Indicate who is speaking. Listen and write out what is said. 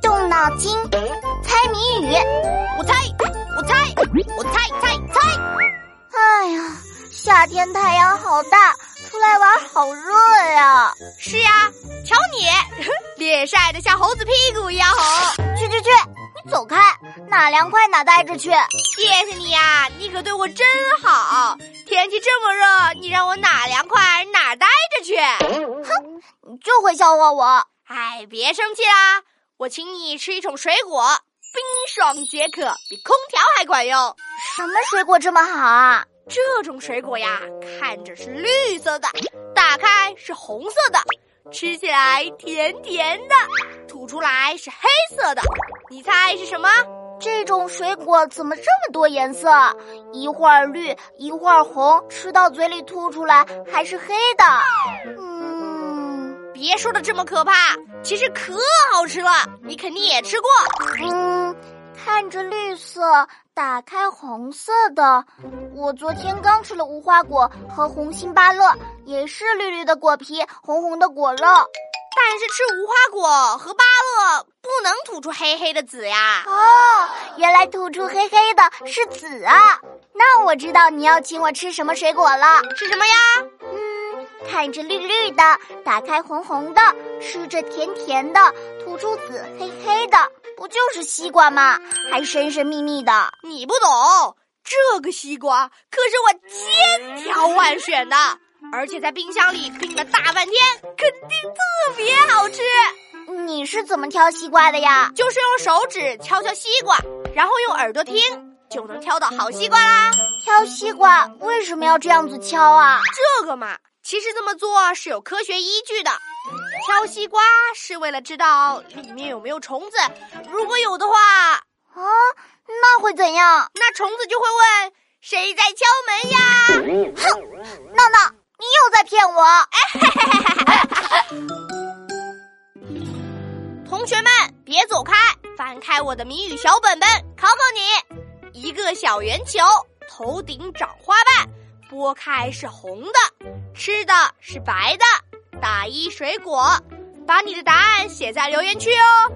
Speaker 1: 动脑筋，猜谜语。
Speaker 2: 我猜，我猜，我猜猜猜。
Speaker 1: 哎呀，夏天太阳好大，出来玩好热呀！
Speaker 2: 是呀，瞧你， 脸晒得像猴子屁股一样红。
Speaker 1: 去去去，你走开，哪凉快哪待着去。
Speaker 2: 谢谢你呀、你可对我真好。天气这么热，你让我哪凉快哪待着去。
Speaker 1: 你就会笑话我。
Speaker 2: 哎，别生气啦，我请你吃一种水果，冰爽解渴，比空调还管用。
Speaker 1: 什么水果这么好啊？
Speaker 2: 这种水果呀，看着是绿色的，打开是红色的，吃起来甜甜的，吐出来是黑色的。你猜是什么？
Speaker 1: 这种水果怎么这么多颜色？一会儿绿，一会儿红，吃到嘴里吐出来还是黑的。嗯
Speaker 2: 别说的这么可怕，其实可好吃了，你肯定也吃过。
Speaker 1: 嗯，看着绿色，打开红色的。我昨天刚吃了无花果和红心芭乐，也是绿绿的果皮，红红的果肉。
Speaker 2: 但是吃无花果和芭乐不能吐出黑黑的籽呀。
Speaker 1: 哦，原来吐出黑黑的是籽啊！那我知道你要请我吃什么水果了。
Speaker 2: 是什么呀？
Speaker 1: 嗯，看着绿绿的，打开红红的，吃着甜甜的，吐出籽黑黑的，不就是西瓜吗？还神神秘秘的。
Speaker 2: 你不懂，这个西瓜可是我千挑万选的，而且在冰箱里冰了大半天，肯定特别好吃。
Speaker 1: 你是怎么挑西瓜的呀？
Speaker 2: 就是用手指敲敲西瓜，然后用耳朵听，就能挑到好西瓜啦。
Speaker 1: 挑西瓜为什么要这样子敲啊？
Speaker 2: 这个嘛，其实这么做是有科学依据的。挑西瓜是为了知道里面有没有虫子，如果有的话，
Speaker 1: 啊，那会怎样？
Speaker 2: 那虫子就会问谁在敲门呀？
Speaker 1: 闹闹，你又在骗我！
Speaker 2: 同学们，别走开，翻开我的谜语小本本，考考你：一个小圆球，头顶长花瓣，剥开是红的，吃的是白的。打一水果，把你的答案写在留言区哦。